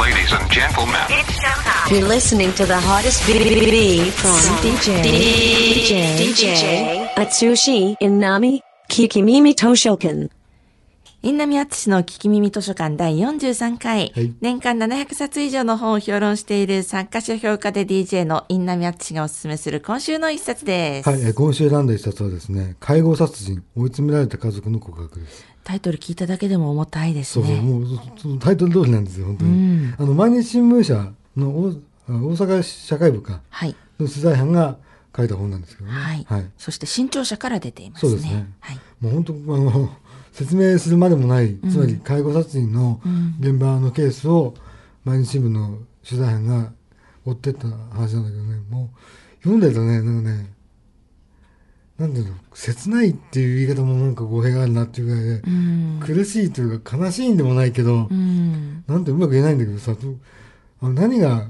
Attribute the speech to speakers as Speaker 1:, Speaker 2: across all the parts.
Speaker 1: Ladies and gentlemen,
Speaker 2: You're listening to the hottest B- B- B- from DJ DJ DJ Atsushi Inami Kikimimi Toshokan.
Speaker 3: インナミアツシの聞き耳図書館第43回、
Speaker 4: はい
Speaker 3: 年間700冊以上の本を評論している作家書評家で DJ のインナミアツシがおすすめする今週の一冊です。
Speaker 4: はい、えー今週選んだ一冊はですね、介護殺人、追い詰められた家族の告白です。
Speaker 3: タイトル聞いただけでも重たいです
Speaker 4: そうそう、
Speaker 3: ね。
Speaker 4: もうそそのタイトル通りなんですよ、本当に。あの、毎日新聞社の大あ大阪社会部か、
Speaker 3: はい。
Speaker 4: の取材班が書いた本なんですけどね。
Speaker 3: はい。そして新潮社から出ていますね。
Speaker 4: そうですね
Speaker 3: はい。
Speaker 4: もう本当、あの、説明するまでもない、つまり介護殺人の現場のケースを、毎日新聞の取材班が追ってった話なんだけどね、もう、読んでるとね、なんかね、なんていうの、切ないっていう言い方もなんか語弊があるなっていうぐらいで、
Speaker 3: うん。
Speaker 4: 苦しいというか悲しいんでもないけど、
Speaker 3: うん。
Speaker 4: なんてうまく言えないんだけどさ、とあの何が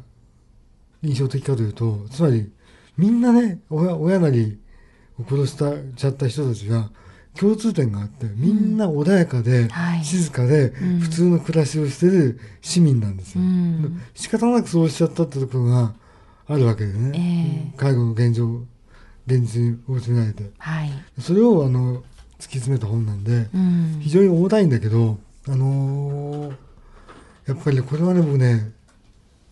Speaker 4: 印象的かというと、つまり、みんなね、親親なりを殺したちゃった人たちが、共通点があって、みんな穏やかで、
Speaker 3: はい
Speaker 4: 静かで、
Speaker 3: ん
Speaker 4: 普通の暮らしをしてる市民なんです
Speaker 3: う
Speaker 4: よ。
Speaker 3: ん。
Speaker 4: 仕方なくそうしちゃったってところがあるわけでね、介護の現状、現実に追い詰められて。
Speaker 3: はい。
Speaker 4: それをあの突き詰めた本なんで、
Speaker 3: うん
Speaker 4: 非。常に重たいんだけど、あのーやっぱりねこれはね、僕ね、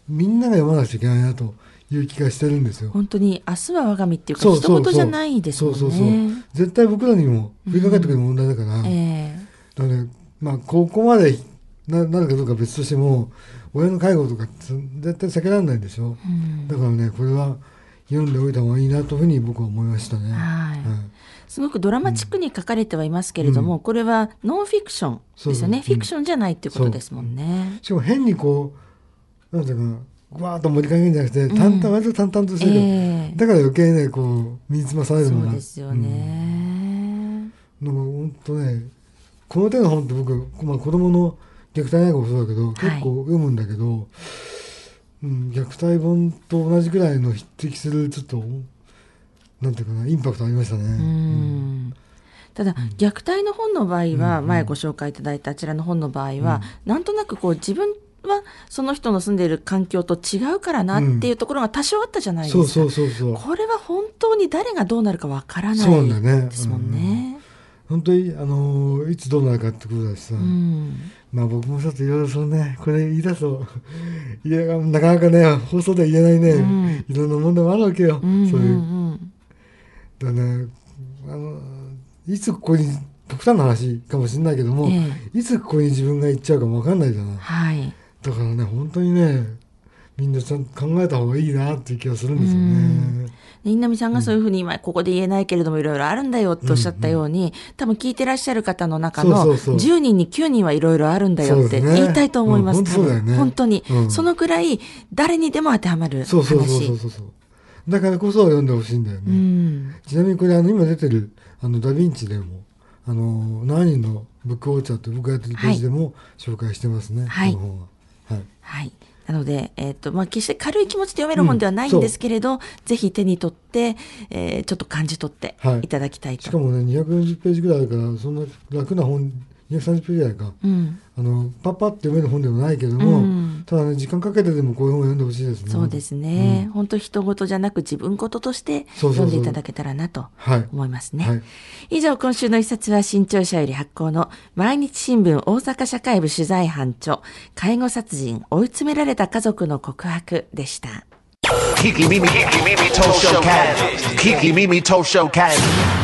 Speaker 4: みんなが読まなくちゃいけないなという気がしてるんですよ。
Speaker 3: 本当に明日は我が身っていうか、人事じゃないですもんね。
Speaker 4: そうそうそう。絶対僕らにも降りかかってくる問題だから、
Speaker 3: ええ
Speaker 4: だからね、まあ、ここまでななるかどうかは別としても、親の介護とかつ絶対避けられないでしょ。
Speaker 3: うん
Speaker 4: だからね、これは読んでおいた方がいいなというふうに僕は思いましたね。
Speaker 3: はい
Speaker 4: はい
Speaker 3: すごくドラマチックに書かれてはいますけれども、これはノンフィクションですよね。
Speaker 4: そうそう
Speaker 3: フィクションじゃないっていうことですもんね。
Speaker 4: しかも変にこうなんていうかなぐわーっと盛り上げるんじゃなくて淡々、割と淡々としてる、
Speaker 3: ええ
Speaker 4: だから余計ねこう身につまされる
Speaker 3: そ
Speaker 4: もん
Speaker 3: う
Speaker 4: な
Speaker 3: ですよね。
Speaker 4: なんかほんとねこの手の本って僕、まあ、子供の虐待なんかもそうだけど
Speaker 3: い
Speaker 4: 結構読むんだけど、うん、虐待本と同じぐらいの匹敵するちょっとなんていうかなインパクトありましたね。
Speaker 3: うんただ、虐待の本の場合は、前ご紹介いただいたあちらの本の場合は、なんとなくこう自分はその人の住んでいる環境と違うからなっていうところが多少あったじゃないです
Speaker 4: そ
Speaker 3: か。
Speaker 4: うそうそうそう
Speaker 3: これは本当に誰がどうなるかわからな
Speaker 4: そうなんだよ
Speaker 3: い
Speaker 4: ね
Speaker 3: ですもんね。
Speaker 4: 本当にあのーいつどうなるかってことだしさ、
Speaker 3: うん
Speaker 4: まあ僕もちょっといろいろそのね、これ言い出すと、 いや、なかなかね、放送では言えないね、
Speaker 3: うん
Speaker 4: いろんな問題もあるわけよ。
Speaker 3: うん
Speaker 4: そう
Speaker 3: う
Speaker 4: い
Speaker 3: ん
Speaker 4: う。
Speaker 3: うん
Speaker 4: だね、あの、いつここに、極端な話かもしれないけども、
Speaker 3: え
Speaker 4: いつここに自分が行っちゃうかもわかんないじゃない。
Speaker 3: はい。
Speaker 4: だからね、本当にね、みんなちゃんと考えた方がいいなっていう気がするんですよね。
Speaker 3: 稲見さんがそういうふうに今ここで言えないけれどもいろいろあるんだよっておっしゃったように、多分聞いてらっしゃる方の中の
Speaker 4: そうそうそう
Speaker 3: 10人に9人はいろいろあるんだよって
Speaker 4: そうですね
Speaker 3: 言いたいと思います、
Speaker 4: うん本当そうだよね
Speaker 3: 多分本当に、
Speaker 4: うん
Speaker 3: そのくらい誰にでも当てはまる話
Speaker 4: そうそうそうそうそう。だからこそ読んでほしいんだよね。
Speaker 3: うん
Speaker 4: ちなみにこれあの今出てるあのダヴィンチでもあの何人のブックウォッチャーって僕がやってるページでも紹介してますね。
Speaker 3: はい
Speaker 4: この本は。はい。
Speaker 3: はいなので、えっとまあ、決して軽い気持ちで読める本ではないんですけれど、ぜひ手に取って、えーちょっと感じ取って
Speaker 4: はい
Speaker 3: いただきたい
Speaker 4: しか
Speaker 3: と。
Speaker 4: もね240ページぐらいあるからそんな楽な本230ページぐらいか。
Speaker 3: うん
Speaker 4: あのパッパって読める本ではないけども、
Speaker 3: うん
Speaker 4: ただね時間かけてでもこういう本を読んでほしいですね。
Speaker 3: そうですね、本当人事じゃなく自分事として
Speaker 4: そうそうそ
Speaker 3: 読
Speaker 4: うん
Speaker 3: でいただけたらなと
Speaker 4: はい。
Speaker 3: 思いますね。
Speaker 4: はい
Speaker 3: 以上、今週の一冊は新潮社より発行の毎日新聞大阪社会部取材班長、介護殺人追い詰められた家族の告白でした。
Speaker 5: Kiki Mimi Kiki Mimi Tosho Cat Kiki Mimi Tosho Cat